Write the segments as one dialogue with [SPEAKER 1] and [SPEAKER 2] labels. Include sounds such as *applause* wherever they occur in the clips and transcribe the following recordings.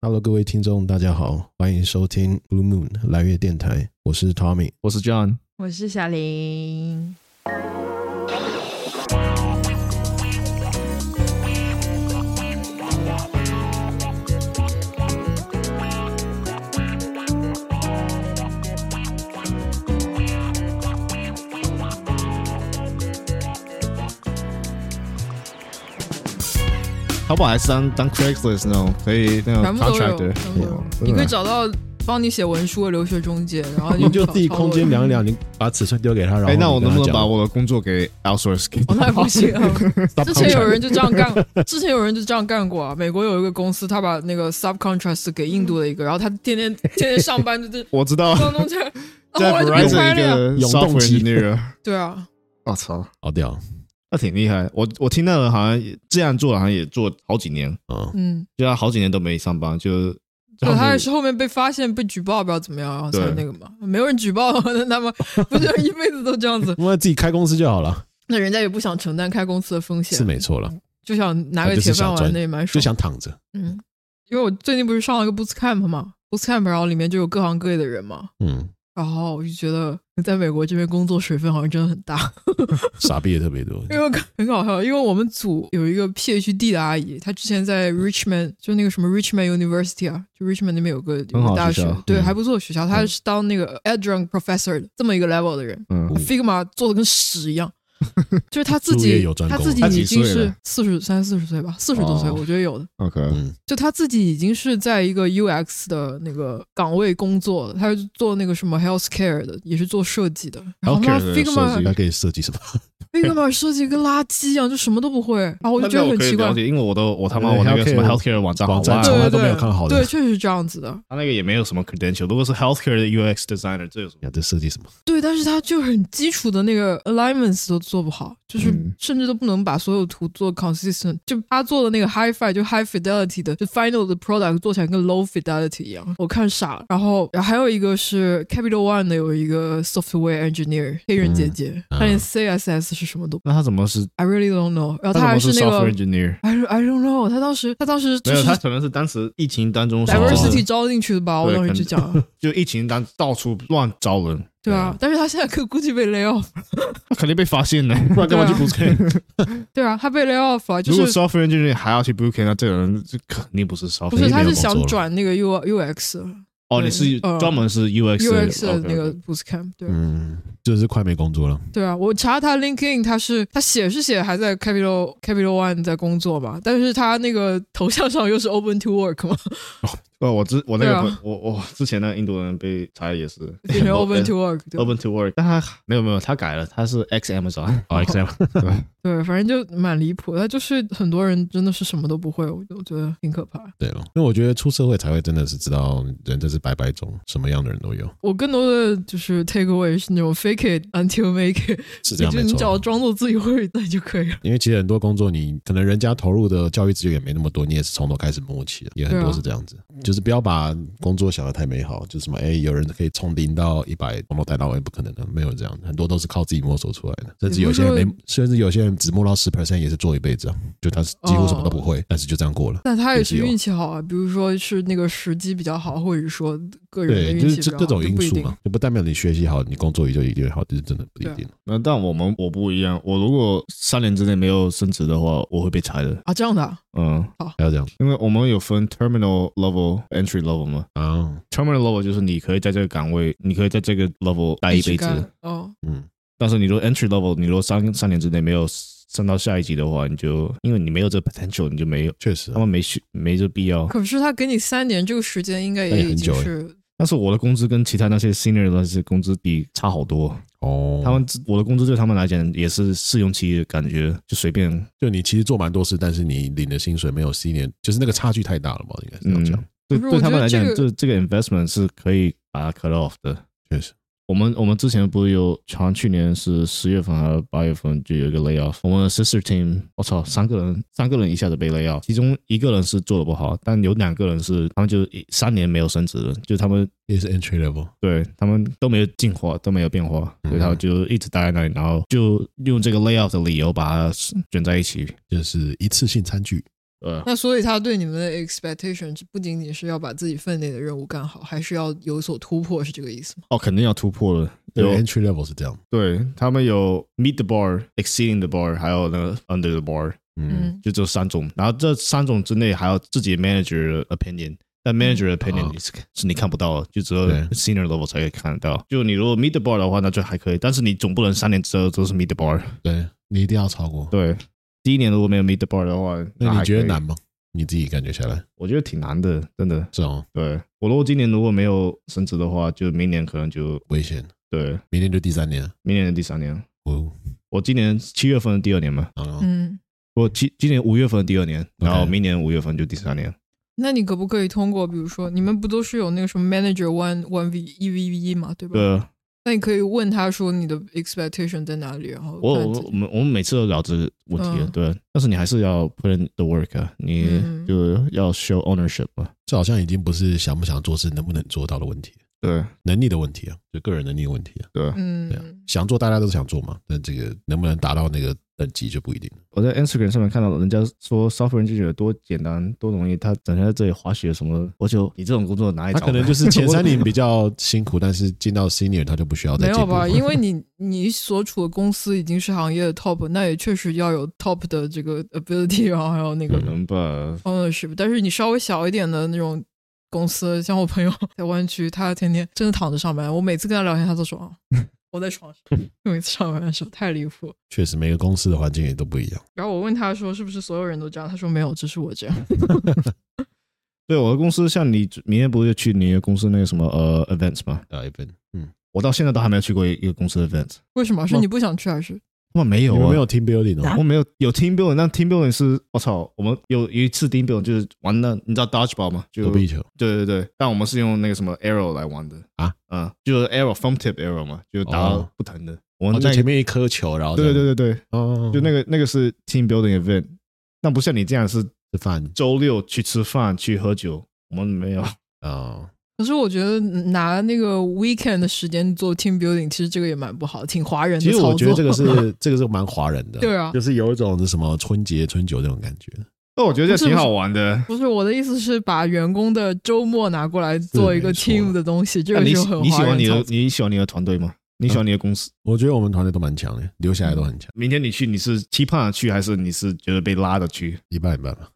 [SPEAKER 1] Hello，各位听众，大家好，欢迎收听 Blue Moon 蓝月电台，我是
[SPEAKER 2] *laughs*
[SPEAKER 1] Tommy。
[SPEAKER 3] 我是 John。
[SPEAKER 2] 我是小林。
[SPEAKER 3] 淘宝还是当当 Craigslist 那种，可以那
[SPEAKER 2] 全
[SPEAKER 3] 种
[SPEAKER 2] 部都有
[SPEAKER 3] contractor，
[SPEAKER 2] 全部都有
[SPEAKER 3] 对
[SPEAKER 2] 你
[SPEAKER 3] 真
[SPEAKER 2] 可以
[SPEAKER 3] 的
[SPEAKER 2] 找到帮你写文书的留学中介，然后
[SPEAKER 1] 你就
[SPEAKER 2] 找
[SPEAKER 1] 自己空 *laughs* 间量一。量，你把尺寸丢给他，然后
[SPEAKER 3] 哎，那我
[SPEAKER 1] 你跟他
[SPEAKER 3] 能不能
[SPEAKER 1] 讲
[SPEAKER 3] 把我的工作给 outsource 给
[SPEAKER 2] 找
[SPEAKER 3] 你？
[SPEAKER 2] 到人哦，那不行啊！
[SPEAKER 1] Stop
[SPEAKER 2] *laughs* 之前有
[SPEAKER 1] contract
[SPEAKER 2] 人就这样干，之前有人就这样干过啊。美国有一个公司，他把那个 subcontract 给印度的一个，然后他天天天天上班就 *laughs* 哦就
[SPEAKER 3] 我知道，
[SPEAKER 2] 弄弄这，
[SPEAKER 3] 在
[SPEAKER 2] 然后就被开
[SPEAKER 3] Verizon 一
[SPEAKER 2] 了呀。
[SPEAKER 3] 个
[SPEAKER 1] 永动
[SPEAKER 3] software
[SPEAKER 1] 机
[SPEAKER 3] engineer，
[SPEAKER 2] 啊
[SPEAKER 1] *laughs*
[SPEAKER 2] 对啊，
[SPEAKER 3] 我操，
[SPEAKER 1] 好屌
[SPEAKER 3] 那挺厉害。我我听到人好像也这样做，好像也做好几年，
[SPEAKER 1] 啊！
[SPEAKER 2] 嗯，
[SPEAKER 3] 就他好几年都没上班，就
[SPEAKER 2] 对，
[SPEAKER 3] 就
[SPEAKER 2] 他也是后面被发现被举报，不知道怎么样，然后才
[SPEAKER 3] 对
[SPEAKER 2] 那个嘛。没有人举报， *laughs* 那他们不就一辈子都这样
[SPEAKER 1] *laughs*
[SPEAKER 2] 子？
[SPEAKER 1] 我自己开公司就好了，
[SPEAKER 2] 那人家也不想承担开公司的风险，
[SPEAKER 1] 是没错了，
[SPEAKER 2] 就想拿个铁饭碗，那也蛮爽。
[SPEAKER 1] 就想躺着。
[SPEAKER 2] 嗯，因为我最近不是上了一个 Bootcamp 嘛，Bootcamp 然后里面就有各行各业的人嘛，
[SPEAKER 1] 嗯，
[SPEAKER 2] 然后我就觉得嗯在美国这边工作水分好像真的很大，
[SPEAKER 1] 傻逼也特别多。
[SPEAKER 2] *laughs* 因为我很搞笑，因为我们组有一个 PhD 的阿姨，她之前在 Richmond，就那个什么 Richmond University 啊，就 Richmond 那边有个有
[SPEAKER 3] 很好
[SPEAKER 2] 个大
[SPEAKER 3] 学
[SPEAKER 2] 学
[SPEAKER 3] 校，
[SPEAKER 2] 对，
[SPEAKER 1] 嗯
[SPEAKER 2] 还不错的学校，她是当那个 adjunct professor 的这么一个 level 的人
[SPEAKER 3] 嗯，
[SPEAKER 2] ，Figma 做的跟屎一样。就是她自
[SPEAKER 1] 术业
[SPEAKER 2] 己
[SPEAKER 1] 有专，
[SPEAKER 2] 她
[SPEAKER 1] 攻
[SPEAKER 2] 自己
[SPEAKER 3] 她几
[SPEAKER 2] 已经
[SPEAKER 3] 岁
[SPEAKER 2] 是
[SPEAKER 3] 了
[SPEAKER 2] 四十三四十岁吧，四十多岁，
[SPEAKER 3] 哦
[SPEAKER 2] 我觉得有的。
[SPEAKER 3] OK，
[SPEAKER 1] 嗯，
[SPEAKER 2] 就他自己已经是在一个 UX 的那个岗位工作了，他是做那个什么 healthcare 的，也是做设计的。然后妈
[SPEAKER 3] Healthcare 的设
[SPEAKER 1] 应
[SPEAKER 2] Figma
[SPEAKER 3] 计
[SPEAKER 1] 该可以设计什么？ *laughs*
[SPEAKER 2] Figma 设计跟垃圾一样，就什么都不会。然后我就
[SPEAKER 3] 那
[SPEAKER 2] 觉
[SPEAKER 3] 那
[SPEAKER 2] 得
[SPEAKER 3] 我
[SPEAKER 2] 很
[SPEAKER 3] 可以
[SPEAKER 2] 奇怪
[SPEAKER 3] 了，解，因为我都我他妈
[SPEAKER 1] 对
[SPEAKER 3] 我那个什么
[SPEAKER 1] healthcare
[SPEAKER 3] healthcare 网站好
[SPEAKER 1] 网站
[SPEAKER 3] 烂
[SPEAKER 2] 对
[SPEAKER 1] 从
[SPEAKER 3] 哦，
[SPEAKER 1] 来
[SPEAKER 2] 对
[SPEAKER 1] 都没有
[SPEAKER 2] 对，
[SPEAKER 1] 看好的
[SPEAKER 2] 对，确实是这样子的。
[SPEAKER 3] 他那个也没有什么 credential，如果是 healthcare 的 UX designer，这有什么？
[SPEAKER 1] 呀，这设计什么？
[SPEAKER 2] 对，但是他就很基础的那个 alignments 都做不好，就是
[SPEAKER 3] 嗯
[SPEAKER 2] 甚至都不能把所有图做 consistent。就他做的那个 high fi 就 high fidelity 的，就 final 的 product 做起来跟 low fidelity 一样，我看傻了。然后然后还有一个是 Capital One 的有一个 software engineer 黑人姐姐，
[SPEAKER 1] 嗯
[SPEAKER 2] 她连 CSS 是什么都不
[SPEAKER 3] 那他怎么是？
[SPEAKER 2] ，I really don't know。然后她
[SPEAKER 3] 他
[SPEAKER 2] 还
[SPEAKER 3] 怎么是
[SPEAKER 2] 那
[SPEAKER 3] software
[SPEAKER 2] 个
[SPEAKER 3] engineer？
[SPEAKER 2] I I don't know，她当时她当时
[SPEAKER 3] 没
[SPEAKER 2] 就
[SPEAKER 3] 有，
[SPEAKER 2] 是
[SPEAKER 3] 他可能是当时疫情当中
[SPEAKER 2] diversity 招进去的吧，我
[SPEAKER 3] 对
[SPEAKER 2] 当时
[SPEAKER 3] 可
[SPEAKER 2] 就
[SPEAKER 3] 能 *laughs*
[SPEAKER 2] 讲了。
[SPEAKER 3] 就疫情当到处乱招人，
[SPEAKER 2] 对啊，但是她现在可估计被 lay off，
[SPEAKER 3] 那肯定被发现了，啊不然
[SPEAKER 2] 干嘛去
[SPEAKER 3] *laughs* bootcamp？
[SPEAKER 2] 对啊，她被 lay off 了，就
[SPEAKER 3] 如果
[SPEAKER 2] 是
[SPEAKER 3] software engineer 还要去 bootcamp，那这个人就肯定不是 software。
[SPEAKER 2] 不是，
[SPEAKER 1] 肯定
[SPEAKER 2] 他
[SPEAKER 1] 哦没有
[SPEAKER 2] 是
[SPEAKER 1] 工作
[SPEAKER 2] 想
[SPEAKER 1] 了
[SPEAKER 2] 转那个 U U X
[SPEAKER 3] 哦，你是
[SPEAKER 2] 嗯
[SPEAKER 3] 专门是 UX
[SPEAKER 2] U X 的
[SPEAKER 3] OK，OK
[SPEAKER 2] 那个 Bootcamp，对
[SPEAKER 1] 嗯，就是快没工作了。
[SPEAKER 2] 对啊，我查他 LinkedIn，他是他写是写还在 Capital Capital One 在工作嘛，但是他那个头像上又是 Open to Work 嘛，
[SPEAKER 3] 哦，我之我那
[SPEAKER 2] 对
[SPEAKER 3] 个
[SPEAKER 2] 啊
[SPEAKER 3] 我我之前那个印度人被查也是
[SPEAKER 2] 变成 Open to Work，对啊吧
[SPEAKER 3] open to work，但他没有没有，他改了，他是 X Amazon。
[SPEAKER 1] 哦 x m
[SPEAKER 2] 对，反正就蛮离谱的，他就是很多人真的是什么都不会，我我觉得挺可怕。
[SPEAKER 1] 对了，因为我觉得出社会才会真的是知道人真是百百种，什么样的人都有，
[SPEAKER 2] 我更多的就是 take away 是那种 fake it until make it，
[SPEAKER 1] 是这
[SPEAKER 2] 就
[SPEAKER 1] 样没
[SPEAKER 2] 你只
[SPEAKER 1] 错
[SPEAKER 2] 要。装作自己会那就可以了。
[SPEAKER 1] 因为其实很多工作你，可能人家投入的教育资源也没那么多，你也是从头开始摸起的，也很
[SPEAKER 2] 对
[SPEAKER 1] 多
[SPEAKER 2] 啊
[SPEAKER 1] 是这样子。就是不要把工作想得太美好，就什么哎，有人可以从零到一百，从头带到尾，不可能的，没有这样，很多都是靠自己摸索出来的。甚至有些人没
[SPEAKER 2] 也不，
[SPEAKER 1] 甚至有些人只摸到十 percent 也是做一辈子啊，就他是几乎什么都不会，但是就这样过了。
[SPEAKER 2] 但他也
[SPEAKER 1] 也是
[SPEAKER 2] 是
[SPEAKER 1] 有
[SPEAKER 2] 运气好啊，比如说是那个时机比较好，或者说个人的
[SPEAKER 1] 对，
[SPEAKER 2] 运
[SPEAKER 1] 就是
[SPEAKER 2] 气
[SPEAKER 1] 这
[SPEAKER 2] 比较好，
[SPEAKER 1] 各种
[SPEAKER 2] 就
[SPEAKER 1] 因
[SPEAKER 2] 不一
[SPEAKER 1] 素
[SPEAKER 2] 定。
[SPEAKER 1] 嘛，就不代表你学习好，你工作也就一定好，这是真的不一
[SPEAKER 2] 对啊
[SPEAKER 1] 定。
[SPEAKER 3] *laughs* 那但我们我不一样，我如果三年之内没有升职的话，我会被裁的。
[SPEAKER 2] 啊，这样的啊、
[SPEAKER 3] 嗯，
[SPEAKER 1] 还要这样
[SPEAKER 3] 因为我们有分 terminal level、entry level 嘛。
[SPEAKER 1] 啊，
[SPEAKER 3] terminal level 就是你可以在这个岗位，你可以在这个 level 待一
[SPEAKER 2] 直
[SPEAKER 3] 辈子。
[SPEAKER 2] 干哦，
[SPEAKER 1] 嗯，
[SPEAKER 3] 但是你如果 entry level，你如果三三年之内没有升到下一级的话，你就因为你没有这个 potential，你就没有，
[SPEAKER 1] 确实啊
[SPEAKER 3] 他，们没需没这必要。
[SPEAKER 2] 可是他给你三年这个时间，应该
[SPEAKER 1] 那也
[SPEAKER 2] 也
[SPEAKER 1] 很
[SPEAKER 2] 已经
[SPEAKER 1] 久哎
[SPEAKER 2] 是
[SPEAKER 3] 但是我的工资跟其他那些 senior 那些工资比差好多，
[SPEAKER 1] 哦，
[SPEAKER 3] 他们我的工资对他们来讲也是试用期的感觉，就随便。
[SPEAKER 1] 就你其实做蛮多事，但是你领的薪水没有 C 年，就是那个差距太大了吧？应该是这样讲，
[SPEAKER 3] 嗯，对
[SPEAKER 2] 可是我
[SPEAKER 3] 对他们来
[SPEAKER 2] 觉
[SPEAKER 3] 讲，
[SPEAKER 2] 得
[SPEAKER 3] 这
[SPEAKER 2] 这
[SPEAKER 3] 这个 investment 是可以把它 cut off 的。
[SPEAKER 1] 确实，
[SPEAKER 3] 我们我们之前不是有，好像去年是十月份还是八月份就有一个 layoff，我们的 sister team，我操，三个人三个人一下子被 layoff，其中一个人是做的不好，但有两个人是他们就一三年没有升职了，就他们
[SPEAKER 1] 也是 entry level，
[SPEAKER 3] 对他们都没有进化，都没有变化，所以他们就一直待在那里，然后就用这个 layoff 的理由把它卷在一起，
[SPEAKER 1] 就是一次性餐具，
[SPEAKER 3] 呃，
[SPEAKER 2] 那所以他对你们的 expectation 不仅仅是要把自己分内的任务干好，还是要有所突破，是这个意思吗？
[SPEAKER 3] 哦，肯定要突破了。
[SPEAKER 1] 对
[SPEAKER 3] 有
[SPEAKER 1] entry level 是这样，
[SPEAKER 3] 对他们有 meet the bar、exceeding the bar，还有那个 under the bar，
[SPEAKER 1] 嗯，
[SPEAKER 3] 就这三种。然后这三种之内还有自己 manager 的 opinion，但 manager 的 opinion
[SPEAKER 1] 啊
[SPEAKER 3] 你是、是你看不到的，就只有
[SPEAKER 1] 对
[SPEAKER 3] senior level 才可以看得到。就你如果 meet the bar 的话，那就还可以，但是你总不能三年之后都是 meet the bar。
[SPEAKER 1] 对你一定要超过。
[SPEAKER 3] 对，第一年如果没有 meet the bar 的话，
[SPEAKER 1] 那你
[SPEAKER 3] 还
[SPEAKER 1] 觉得
[SPEAKER 3] 可以
[SPEAKER 1] 难？吗？你自己感觉下来
[SPEAKER 3] 我觉得挺难的，真的。
[SPEAKER 1] 这种
[SPEAKER 3] 对我如果今年如果没有升职的话，就明年可能就
[SPEAKER 1] 危险，
[SPEAKER 3] 对
[SPEAKER 1] 明天就第三年了，
[SPEAKER 3] 明年的第三年。
[SPEAKER 1] 哦，
[SPEAKER 3] 我今年七月份的第二年嘛，
[SPEAKER 1] 然后
[SPEAKER 2] 嗯，
[SPEAKER 3] 我今今年五月份的第二年，然后明年五月份就第三年。
[SPEAKER 2] 那你可不可以通过，比如说你们不都是有那个什么 manager one one v 一 v 一嘛，对吧？
[SPEAKER 3] 对，啊
[SPEAKER 2] 那你可以问他说你的 expectation 在哪里，然后
[SPEAKER 3] 我
[SPEAKER 2] 看
[SPEAKER 3] 我
[SPEAKER 2] 自己
[SPEAKER 3] 我们我们每次都聊这个问题，
[SPEAKER 2] 嗯
[SPEAKER 3] 对，但是你还是要 put in the work，、啊、你
[SPEAKER 2] 嗯
[SPEAKER 3] 就要 show ownership 嘛。
[SPEAKER 1] 这好像已经不是想不想做，是能不能做到的问题，
[SPEAKER 3] 对
[SPEAKER 1] 能力的问题啊，就个人能力的问题啊。
[SPEAKER 3] 对，
[SPEAKER 1] 对啊
[SPEAKER 2] 嗯，
[SPEAKER 1] 想做大家都想做嘛，但这个能不能达到那个等级就不一定了。
[SPEAKER 3] 我在 Instagram 上面看到人家说 software engineer 有多简单多容易，他整天在这里滑雪什么，我就你这种工作哪里
[SPEAKER 1] 他
[SPEAKER 3] 找？
[SPEAKER 1] 可能就是前 *laughs*
[SPEAKER 3] *laughs*
[SPEAKER 1] 三年比较辛苦，但是进到 senior 他就不需要
[SPEAKER 2] 没
[SPEAKER 1] 再进
[SPEAKER 2] 有
[SPEAKER 1] 步了。*laughs*
[SPEAKER 2] 吧？因为你你所处的公司已经是行业的 top，那也确实要有 top 的这个 *laughs* ability，然后还有那个
[SPEAKER 1] 嗯
[SPEAKER 3] 可能吧。
[SPEAKER 2] ownership。但是你稍微小一点的那种公司，像我朋友在湾区，他天天真的躺着上班，我每次跟他聊天，他
[SPEAKER 1] *laughs*
[SPEAKER 2] 都说啊我在床上，每次上班的时候太离谱。
[SPEAKER 1] 确实每个公司的环境也都不一样。
[SPEAKER 2] 然后我问他说是不是所有人都这样，他说没有，只是我这样。 *laughs*
[SPEAKER 3] 对我的公司，像你明天不是去你的公司那个什么呃 events 吗？
[SPEAKER 1] 啊一分，嗯，
[SPEAKER 3] 我到现在都还没有去过一个公司的 event，
[SPEAKER 2] 为什么？是
[SPEAKER 3] 我
[SPEAKER 2] 你不想去还是？
[SPEAKER 3] 我没有、
[SPEAKER 1] 你
[SPEAKER 3] 啊，
[SPEAKER 1] 们没有 team building 哦？
[SPEAKER 3] 我没有有 team building，但 team building 是我操，我们有有一次 team building 就是玩的，你知道 dodgeball 吗？就
[SPEAKER 1] 躲避球
[SPEAKER 3] 对对对，但我们是用那个什么 arrow 来玩的
[SPEAKER 1] 啊，
[SPEAKER 3] 嗯，就是 arrow from tip arrow 嘛，就打到
[SPEAKER 1] 哦
[SPEAKER 3] 不疼的。我
[SPEAKER 1] 哦，
[SPEAKER 3] 们
[SPEAKER 1] 就
[SPEAKER 3] 那
[SPEAKER 1] 前
[SPEAKER 3] 个、
[SPEAKER 1] 面一颗球，然后
[SPEAKER 3] 对对对对对，
[SPEAKER 1] 哦，
[SPEAKER 3] 就那个那个是 team building event，但不像你这样是
[SPEAKER 1] 吃饭
[SPEAKER 3] 周六去吃饭去喝酒，我们
[SPEAKER 1] *laughs*
[SPEAKER 3] 没有。
[SPEAKER 1] 啊，
[SPEAKER 2] 可是我觉得拿那个 weekend 的时间做 team building，其实这个也蛮不好，挺华人的
[SPEAKER 1] 其
[SPEAKER 2] 操
[SPEAKER 1] 实
[SPEAKER 2] 作。
[SPEAKER 1] 我觉得这个
[SPEAKER 2] *laughs*
[SPEAKER 1] 是这个是蛮华人的，
[SPEAKER 2] 对啊
[SPEAKER 1] 就是有一种是什么春节春酒这种感觉。
[SPEAKER 3] 那我觉得
[SPEAKER 2] 不是
[SPEAKER 3] 这挺好玩的。
[SPEAKER 2] 不是我的意思是把员工的周末拿过来做一个
[SPEAKER 1] 没错
[SPEAKER 2] team 的东西，这
[SPEAKER 3] 那
[SPEAKER 2] 个
[SPEAKER 3] 啊你
[SPEAKER 2] 就很
[SPEAKER 3] 你喜
[SPEAKER 2] 华
[SPEAKER 3] 欢
[SPEAKER 2] 人
[SPEAKER 3] 你
[SPEAKER 2] 操
[SPEAKER 3] 的
[SPEAKER 2] 作。
[SPEAKER 3] 你喜欢你的团队吗？你喜欢你的公司？
[SPEAKER 1] 我觉得我们团队都蛮强的，留下来都很强，
[SPEAKER 3] 明天你去，你是期盼的去，还是你是觉得被拉的去？
[SPEAKER 1] 一半一半吧。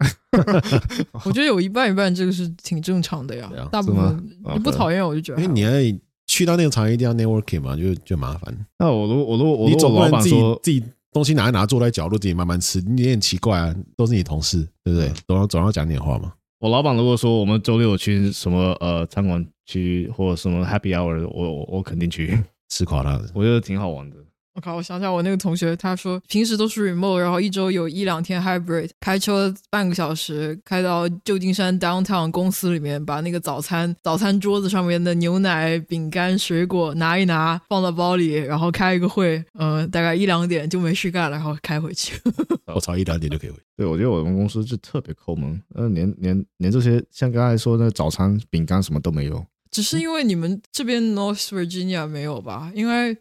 [SPEAKER 2] 我觉得有一半一半，这个是挺正常的呀
[SPEAKER 1] 对啊。
[SPEAKER 2] 大部分
[SPEAKER 3] 是吗啊
[SPEAKER 2] 你不
[SPEAKER 3] OK
[SPEAKER 2] 讨厌我就觉得啊
[SPEAKER 1] 因
[SPEAKER 2] 还
[SPEAKER 1] 为
[SPEAKER 2] 好。
[SPEAKER 1] 哎你要去到那个场一定要 networking 嘛，就就麻烦。
[SPEAKER 3] 那我如果我如果我
[SPEAKER 1] 你
[SPEAKER 3] 如果
[SPEAKER 1] 总不
[SPEAKER 3] 老
[SPEAKER 1] 能
[SPEAKER 3] 板
[SPEAKER 1] 自己
[SPEAKER 3] 说
[SPEAKER 1] 自己东西拿一拿，坐在角落自己慢慢吃，你也很奇怪啊。都是你同事，对不对
[SPEAKER 3] 嗯？
[SPEAKER 1] 总要总要讲点话嘛。
[SPEAKER 3] 我老板如果说我们周六去什么呃餐馆去或者什么 happy hour，我我我肯定去，
[SPEAKER 1] 吃垮他的，
[SPEAKER 3] *laughs* 我觉得挺好玩的。
[SPEAKER 2] 我靠！我想想，我那个同学，他说平时都是 remote，然后一周有一两天 hybrid，开车半个小时开到旧金山 downtown 公司里面，把那个早餐早餐桌子上面的牛奶、饼干、水果拿一拿，放到包里，然后开一个会，嗯、大概一两点就没事干了，然后开回去。
[SPEAKER 1] 我操，一两点就可以回。
[SPEAKER 3] *laughs* 对，我觉得我们公司就特别抠门，呃，连连连这些像刚才说的早餐、饼干什么都没有，
[SPEAKER 2] 只是因为你们这边 North Virginia 没有吧？因为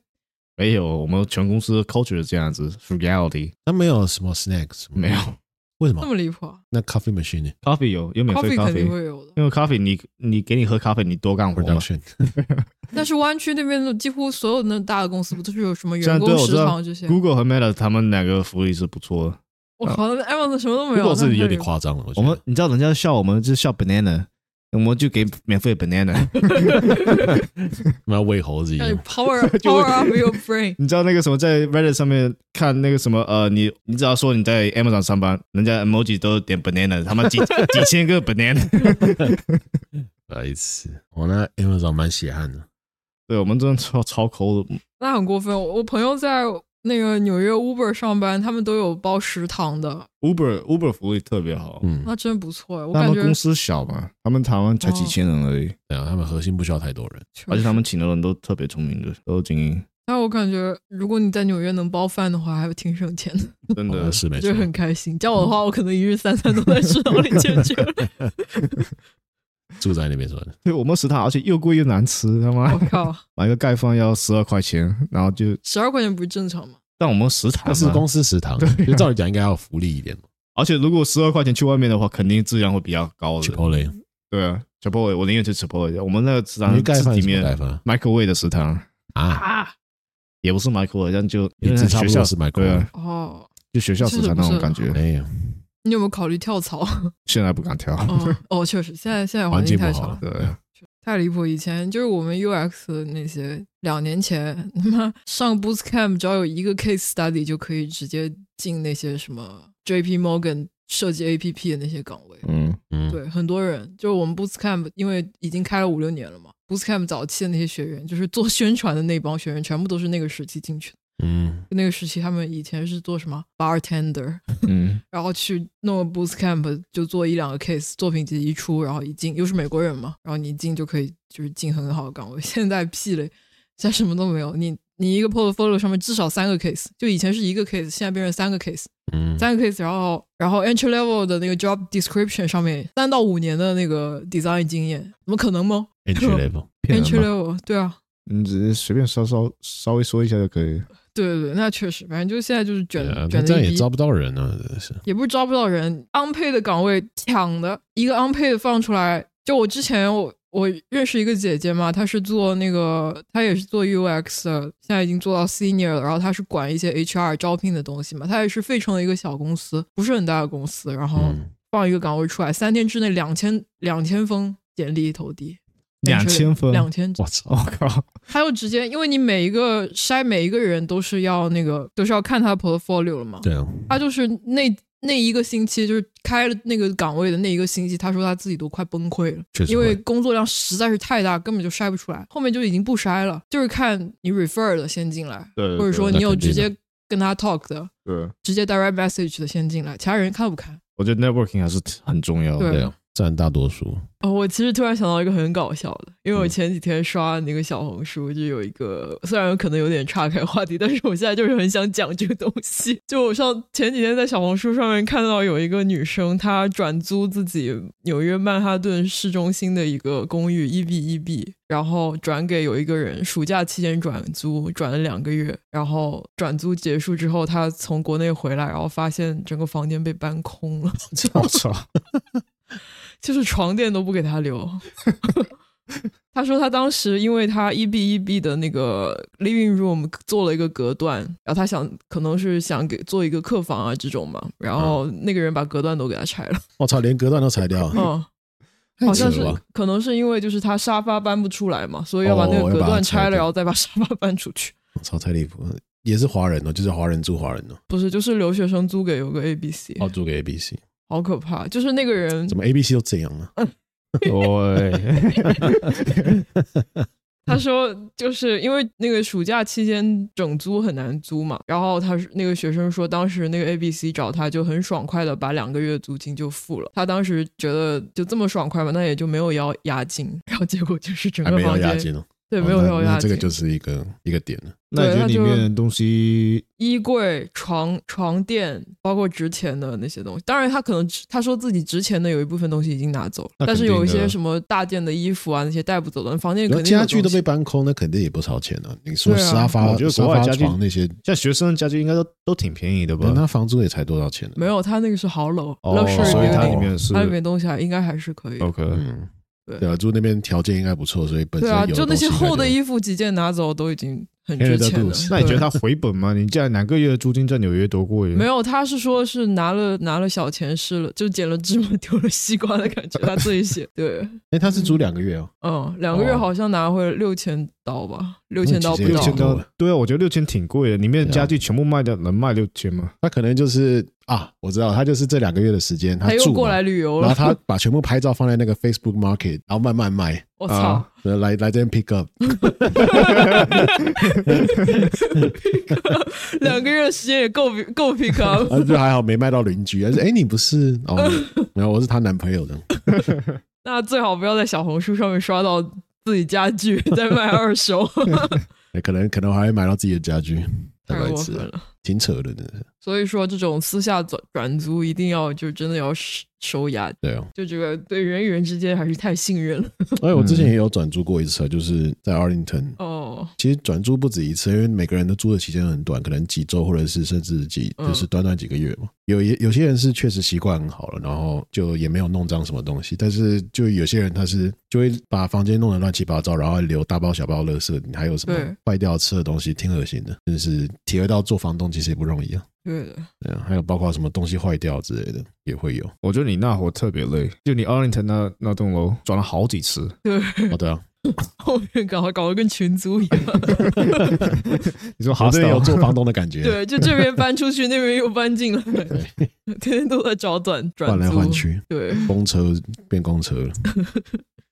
[SPEAKER 3] 没有，我们全公司的 culture 是这样子，frugality
[SPEAKER 1] 那没有什么 snacks 吗
[SPEAKER 3] 没有
[SPEAKER 1] 为什
[SPEAKER 2] 那
[SPEAKER 1] 么？
[SPEAKER 2] 么离谱啊
[SPEAKER 1] 那 coffee machine 呢
[SPEAKER 3] ，coffee 有有免费嗯
[SPEAKER 2] ，coffee
[SPEAKER 3] 咖
[SPEAKER 2] 肯
[SPEAKER 3] 啡
[SPEAKER 2] 定，会有的。
[SPEAKER 3] 因为 coffee 你你给你喝咖啡，你多干活嘛。
[SPEAKER 1] production
[SPEAKER 2] 但是湾区那边的几乎所有的大的公司不都是有什么
[SPEAKER 3] 虽然
[SPEAKER 2] 员
[SPEAKER 3] 对
[SPEAKER 2] 工
[SPEAKER 3] 我
[SPEAKER 2] 食
[SPEAKER 3] 知道
[SPEAKER 2] 堂这些？
[SPEAKER 3] Google 和 Meta 他们两个福利是不错的。
[SPEAKER 2] 我靠，Amazon 什么都没有，
[SPEAKER 1] Google
[SPEAKER 2] 那
[SPEAKER 1] 是有
[SPEAKER 2] 太
[SPEAKER 1] 点
[SPEAKER 2] 离谱
[SPEAKER 1] 夸张了，我
[SPEAKER 3] 我
[SPEAKER 1] 觉
[SPEAKER 3] 们
[SPEAKER 1] 得。
[SPEAKER 3] 你知道人家笑我们就笑 banana，我们就给免费 banana。
[SPEAKER 1] 那喂猴子一
[SPEAKER 2] 让
[SPEAKER 1] 样
[SPEAKER 2] 你 power
[SPEAKER 3] *laughs*
[SPEAKER 2] power up your brain。
[SPEAKER 3] 你知道那个什么在 Reddit 上面看那个什么呃，你你只要说你在 Amazon 上班，人家 emoji 都点 banana，他妈几几千个 banana。
[SPEAKER 1] 白痴。我那 Amazon 蛮血汗的，
[SPEAKER 3] 对我们真的超超抠的，
[SPEAKER 2] 那很过分。我我朋友在那个纽约 Uber 上班，他们都有包食堂的，
[SPEAKER 3] Uber Uber 福利特别好，
[SPEAKER 1] 嗯，
[SPEAKER 2] 那真不错哎。
[SPEAKER 3] 嗯
[SPEAKER 2] 我
[SPEAKER 3] 他
[SPEAKER 2] 感
[SPEAKER 3] 们
[SPEAKER 2] 觉
[SPEAKER 3] 公司小嘛，他们台湾才几千人而已，
[SPEAKER 1] 对啊，他们核心不需要太多人，
[SPEAKER 2] 确实，
[SPEAKER 3] 而且他们请的人都特别聪明的，都是精英，
[SPEAKER 2] 但我感觉如果你在纽约能包饭的话，还挺省钱的，
[SPEAKER 3] 真
[SPEAKER 1] 好
[SPEAKER 3] 的
[SPEAKER 1] 像。是没
[SPEAKER 2] 就
[SPEAKER 1] 错。
[SPEAKER 2] 很开心。叫我的话，我可能一日三餐都在食堂里解决。
[SPEAKER 3] *laughs*
[SPEAKER 1] 住在那边说的，
[SPEAKER 3] 对我们食堂，而且又贵又难吃，他妈
[SPEAKER 1] 哦
[SPEAKER 2] 我靠，
[SPEAKER 3] 买个盖饭要十二块钱，然后就
[SPEAKER 2] 十二块钱不是正常吗？
[SPEAKER 3] 但我们食堂
[SPEAKER 1] 那是
[SPEAKER 3] 嘛
[SPEAKER 1] 公司食堂，就照理讲应该要有福利一点嘛。
[SPEAKER 3] 而且如果十二块钱去外面的话，肯定质量会比较高的。
[SPEAKER 1] Chipotle
[SPEAKER 3] 对啊，Chipotle，我宁愿去 Chipotle。我们那个食堂
[SPEAKER 1] 你盖饭
[SPEAKER 3] 是
[SPEAKER 1] 是
[SPEAKER 3] 里
[SPEAKER 1] 什么盖
[SPEAKER 3] 面
[SPEAKER 1] 饭
[SPEAKER 3] microwave 的食堂
[SPEAKER 1] 啊？
[SPEAKER 2] 啊！
[SPEAKER 3] 也不是 microwave，但就
[SPEAKER 1] 你这差
[SPEAKER 3] 学
[SPEAKER 1] 不
[SPEAKER 3] 校
[SPEAKER 1] 多是
[SPEAKER 3] 对
[SPEAKER 1] microwave
[SPEAKER 3] 啊，
[SPEAKER 2] 哦，
[SPEAKER 3] 就学校食堂那种感觉。
[SPEAKER 1] 没有，
[SPEAKER 2] 你有没有考虑跳槽？
[SPEAKER 3] 现在不敢跳，
[SPEAKER 2] 哦 *laughs* 哦，确实，现在现在
[SPEAKER 1] 环
[SPEAKER 2] 环
[SPEAKER 1] 境
[SPEAKER 2] 境
[SPEAKER 1] 不
[SPEAKER 2] 太
[SPEAKER 1] 好
[SPEAKER 2] 差
[SPEAKER 1] 了，
[SPEAKER 3] 对，
[SPEAKER 2] 太离谱。以前就是我们 UX 的那些，两年前他妈上 Bootcamp 只要有一个 case study 就可以直接进那些什么 JP Morgan 设计 APP 的那些岗位。
[SPEAKER 3] 嗯，
[SPEAKER 1] 嗯，
[SPEAKER 2] 对，很多人就是我们 Bootcamp，因为已经开了五六年了嘛，Bootcamp 早期的那些学员，就是做宣传的那帮学员，全部都是那个时期进去的。
[SPEAKER 1] 嗯，
[SPEAKER 2] 那个时期，他们以前是做什么 bartender，
[SPEAKER 3] 嗯，
[SPEAKER 2] 然后去弄个 Bootcamp，就做一两个 case，作品集一出，然后一进，又是美国人嘛，然后你一进就可以就是进很好的岗位。 *laughs* 现在屁嘞，现在什么都没有，你你一个 portfolio 上面至少三个 case，就以前是一个 case，现在变成三个 case，
[SPEAKER 1] 嗯，
[SPEAKER 2] 三个 case，然后然后 entry level 的那个 job description 上面三到五年的那个 design 经验，怎么可能吗
[SPEAKER 1] entry level，
[SPEAKER 3] *laughs* 骗
[SPEAKER 2] entry
[SPEAKER 3] 人嘛，
[SPEAKER 2] level 对啊，
[SPEAKER 3] 你只是随便稍稍稍微说一下就可以。
[SPEAKER 2] 对对对，那确实，反正就现在就是卷、
[SPEAKER 1] 对啊那
[SPEAKER 2] 卷
[SPEAKER 1] 这样
[SPEAKER 2] 的一哦
[SPEAKER 1] 也
[SPEAKER 2] 逼
[SPEAKER 1] 招不到人啊，真的是，
[SPEAKER 2] 也不是招不到人，unpaid 的岗位抢的，一个 unpaid 放出来。就我之前我我认识一个姐姐嘛，她是做那个，她也是做 UX 的，现在已经做到 senior 了，然后她是管一些 HR 招聘的东西嘛，她也是费城的一个小公司，不是很大的公司，然后
[SPEAKER 1] 嗯，
[SPEAKER 2] 放一个岗位出来，三天之内两千两千封简历投递，
[SPEAKER 3] 2000封 *laughs*
[SPEAKER 2] 两千
[SPEAKER 3] 我操，我哦靠，
[SPEAKER 2] 他又直接，因为你每一个筛每一个人都是要那个，都是要看他 portfolio 了嘛。
[SPEAKER 1] 对啊，
[SPEAKER 2] 他就是那那一个星期，就是开了那个岗位的那一个星期，他说他自己都快崩溃了，
[SPEAKER 1] 确实
[SPEAKER 2] 因为
[SPEAKER 1] 会，
[SPEAKER 2] 工作量实在是太大，根本就筛不出来。后面就已经不筛了，就是看你 refer 的先进来，
[SPEAKER 3] 对，
[SPEAKER 2] 或者说你
[SPEAKER 1] 那
[SPEAKER 2] 有
[SPEAKER 1] 肯定
[SPEAKER 2] 直
[SPEAKER 1] 的
[SPEAKER 2] 接跟他 talk 的，
[SPEAKER 3] 对，
[SPEAKER 2] 直接 direct message 的先进来，其他人看不看？
[SPEAKER 3] 我觉得 networking 还是很重要的。
[SPEAKER 1] 对啊，占大多
[SPEAKER 2] *laughs*
[SPEAKER 1] 数，
[SPEAKER 2] 哦，我其实突然想到一个很搞笑的，因为我前几天刷那个小红书，就有一个，虽然可能有点岔开话题，但是我现在就是很想讲这个东西。就我上前几天在小红书上面看到有一个女生，她转租自己纽约曼哈顿市中心的一个公寓，一比一比，然后转给有一个人，暑假期间转租，转了两个月，然后转租结束之后，她从国内回来，然后发现整个房间被搬空了，就
[SPEAKER 3] 我操，
[SPEAKER 2] 就是床垫都不给他留。 *laughs* 他说他当时因为他一 B 一 B 的那个 living room 做了一个隔断，然后他想可能是想给做一个客房啊这种嘛，然后
[SPEAKER 1] 嗯
[SPEAKER 2] 那个人把隔断都给他
[SPEAKER 1] *laughs*
[SPEAKER 2] 拆了，
[SPEAKER 1] 我操，连隔断都裁掉，
[SPEAKER 2] 嗯，
[SPEAKER 1] *laughs* 太
[SPEAKER 2] 好像
[SPEAKER 1] 扯
[SPEAKER 2] 是
[SPEAKER 1] 了吧，
[SPEAKER 2] 可能是因为就是他沙发搬不出来嘛，所以要把那
[SPEAKER 1] 哦
[SPEAKER 2] 个
[SPEAKER 1] 要
[SPEAKER 2] 隔
[SPEAKER 1] 把它
[SPEAKER 2] 断
[SPEAKER 1] 拆
[SPEAKER 2] 拆了，
[SPEAKER 1] 掉
[SPEAKER 2] 然后再把沙发 *laughs* 搬出去。
[SPEAKER 1] 我操，太离谱了，也是华人哦，就是华人住华人哦，
[SPEAKER 2] 不是，就是留学生租给有个 A B C，
[SPEAKER 1] 哦，租给 A B C，
[SPEAKER 2] 好可怕！就是那个人
[SPEAKER 1] 怎么 A B C 都这样呢？
[SPEAKER 3] *laughs* 对，
[SPEAKER 1] 嗯
[SPEAKER 2] 他说，就是因为那个暑假期间整租很难租嘛，然后他是那个学生说，当时那个 A B C 找他就很爽快的把两个月租金就付了。他当时觉得就这么爽快嘛，那也就没有要押金，然后结果就是整
[SPEAKER 1] 还
[SPEAKER 2] 个
[SPEAKER 1] 没有
[SPEAKER 2] 嗯房
[SPEAKER 1] 押
[SPEAKER 2] 间
[SPEAKER 1] 金哦，
[SPEAKER 2] 对
[SPEAKER 1] 哦
[SPEAKER 2] 没有
[SPEAKER 1] 那
[SPEAKER 2] 要押
[SPEAKER 1] 那这
[SPEAKER 2] 金，
[SPEAKER 1] 个就是一个一个点了，
[SPEAKER 3] 那你觉得里面的东西
[SPEAKER 2] 衣柜、床、床垫，包括值钱的那些东西。当然，他可能值他说自己值钱的有一部分东西已经拿走了，
[SPEAKER 3] 那肯
[SPEAKER 2] 但是
[SPEAKER 3] 定
[SPEAKER 2] 有一些
[SPEAKER 3] 的
[SPEAKER 2] 什么大件的衣服啊那些带不走的，房间
[SPEAKER 1] 然后
[SPEAKER 2] 肯定有
[SPEAKER 1] 家具都
[SPEAKER 2] 东西
[SPEAKER 1] 被搬空，那肯定也不少钱啊，你说
[SPEAKER 2] 对啊
[SPEAKER 1] 沙发
[SPEAKER 3] 我觉、得
[SPEAKER 1] 沙
[SPEAKER 3] 国外
[SPEAKER 1] 发
[SPEAKER 3] 家具啊
[SPEAKER 1] 床那些，
[SPEAKER 3] 像学生家具应该都都挺便宜的吧
[SPEAKER 1] 那？他房租也才多少钱呢？
[SPEAKER 2] 没有，他那个是好楼
[SPEAKER 3] 哦，
[SPEAKER 2] luxury
[SPEAKER 3] 所以它
[SPEAKER 2] building
[SPEAKER 3] 里面是
[SPEAKER 2] 它里面东西还应该还是可以。
[SPEAKER 3] OK，
[SPEAKER 1] 嗯，
[SPEAKER 2] 对
[SPEAKER 1] 对啊，住那边条件应该不错，所以本身
[SPEAKER 2] 对啊，
[SPEAKER 1] 有
[SPEAKER 2] 就那些厚的
[SPEAKER 1] 衣
[SPEAKER 2] 衣服几件拿走都已经很
[SPEAKER 1] Canada
[SPEAKER 2] 值钱了
[SPEAKER 1] Goose。
[SPEAKER 3] 那你觉得
[SPEAKER 2] 对
[SPEAKER 3] 他回本吗？你这样两个月租金在纽约多贵？
[SPEAKER 2] 没有？他是说是拿了拿了小钱吃了，就捡了芝麻丢了西瓜的感觉。他自己写对，
[SPEAKER 1] 哎，他是租两个月哦，
[SPEAKER 2] 嗯，两个月
[SPEAKER 1] 哦
[SPEAKER 2] 好像拿回六千刀吧，六千刀
[SPEAKER 1] 其
[SPEAKER 2] 不
[SPEAKER 1] 实也
[SPEAKER 3] 六
[SPEAKER 2] 到
[SPEAKER 1] 挺
[SPEAKER 3] 千。
[SPEAKER 1] 多
[SPEAKER 3] 刀
[SPEAKER 1] 的，
[SPEAKER 3] 对啊，我觉得六千挺贵的。里面
[SPEAKER 1] 对啊
[SPEAKER 3] 家具全部卖掉，能卖六千吗？
[SPEAKER 1] 他可能就是啊，我知道，他就是这两个月的时间，他
[SPEAKER 2] 他又
[SPEAKER 1] 住
[SPEAKER 2] 过
[SPEAKER 1] 嘛
[SPEAKER 2] 来旅游
[SPEAKER 1] 然后
[SPEAKER 2] 了，
[SPEAKER 1] 他把全部拍照放在那个 Facebook Market，然后慢慢卖，
[SPEAKER 2] 我操
[SPEAKER 3] 啊！
[SPEAKER 1] 然后来来这边 pick up，
[SPEAKER 2] 两个月的时间也够够 pick up。
[SPEAKER 1] *laughs* 啊，就还好没卖到邻居，而是哎你不是哦，然后我是她男朋友的，
[SPEAKER 2] 那最好不要在小红书上面刷到自己家具在卖二手，
[SPEAKER 1] 哎可能可能还会买到自己的家具，太
[SPEAKER 2] 太
[SPEAKER 1] 白
[SPEAKER 2] 过
[SPEAKER 1] 痴
[SPEAKER 2] 分
[SPEAKER 1] 了，
[SPEAKER 2] 了。
[SPEAKER 1] 挺扯的，真的是。
[SPEAKER 2] 所以说这种私下转转租一定要就真的要收收押，
[SPEAKER 1] 对啊，
[SPEAKER 2] 就这个对人与人之间还是太信任了。
[SPEAKER 1] 而且我之前也有转租过一次啊，就是在 Arlington。
[SPEAKER 2] 哦，
[SPEAKER 1] 其实转租不止一次，因为每个人的租的期间很短，可能几周或者是甚至几，
[SPEAKER 2] 嗯
[SPEAKER 1] 就是短短几个月嘛。有有有些人是确实习惯很好了，然后就也没有弄脏什么东西，但是就有些人他是就会把房间弄得乱七八糟，然后还留大包小包垃圾，还有什
[SPEAKER 2] 对
[SPEAKER 1] 么坏掉吃的东西，挺恶心的。就是体会到做房东其实也不容易啊。
[SPEAKER 2] 对的，
[SPEAKER 1] 对啊，还有包括什么东西坏掉之类的也会
[SPEAKER 2] *laughs*
[SPEAKER 1] 有。
[SPEAKER 3] 我觉得你那会特别累，就你 Arlington 那那栋楼转了好几次，
[SPEAKER 1] 哦，对啊，
[SPEAKER 2] 后面搞搞得跟群租
[SPEAKER 1] *laughs*
[SPEAKER 2] 一样，
[SPEAKER 3] 你说
[SPEAKER 1] 好，
[SPEAKER 3] 好
[SPEAKER 1] 这有做房东的感觉，啊
[SPEAKER 2] *laughs* 对，就这边搬出去，那边又搬进来，
[SPEAKER 1] 对，
[SPEAKER 2] 天天都在找短转
[SPEAKER 1] 换来
[SPEAKER 2] 租
[SPEAKER 1] 换，去，
[SPEAKER 2] 对，
[SPEAKER 1] 公车变公车了。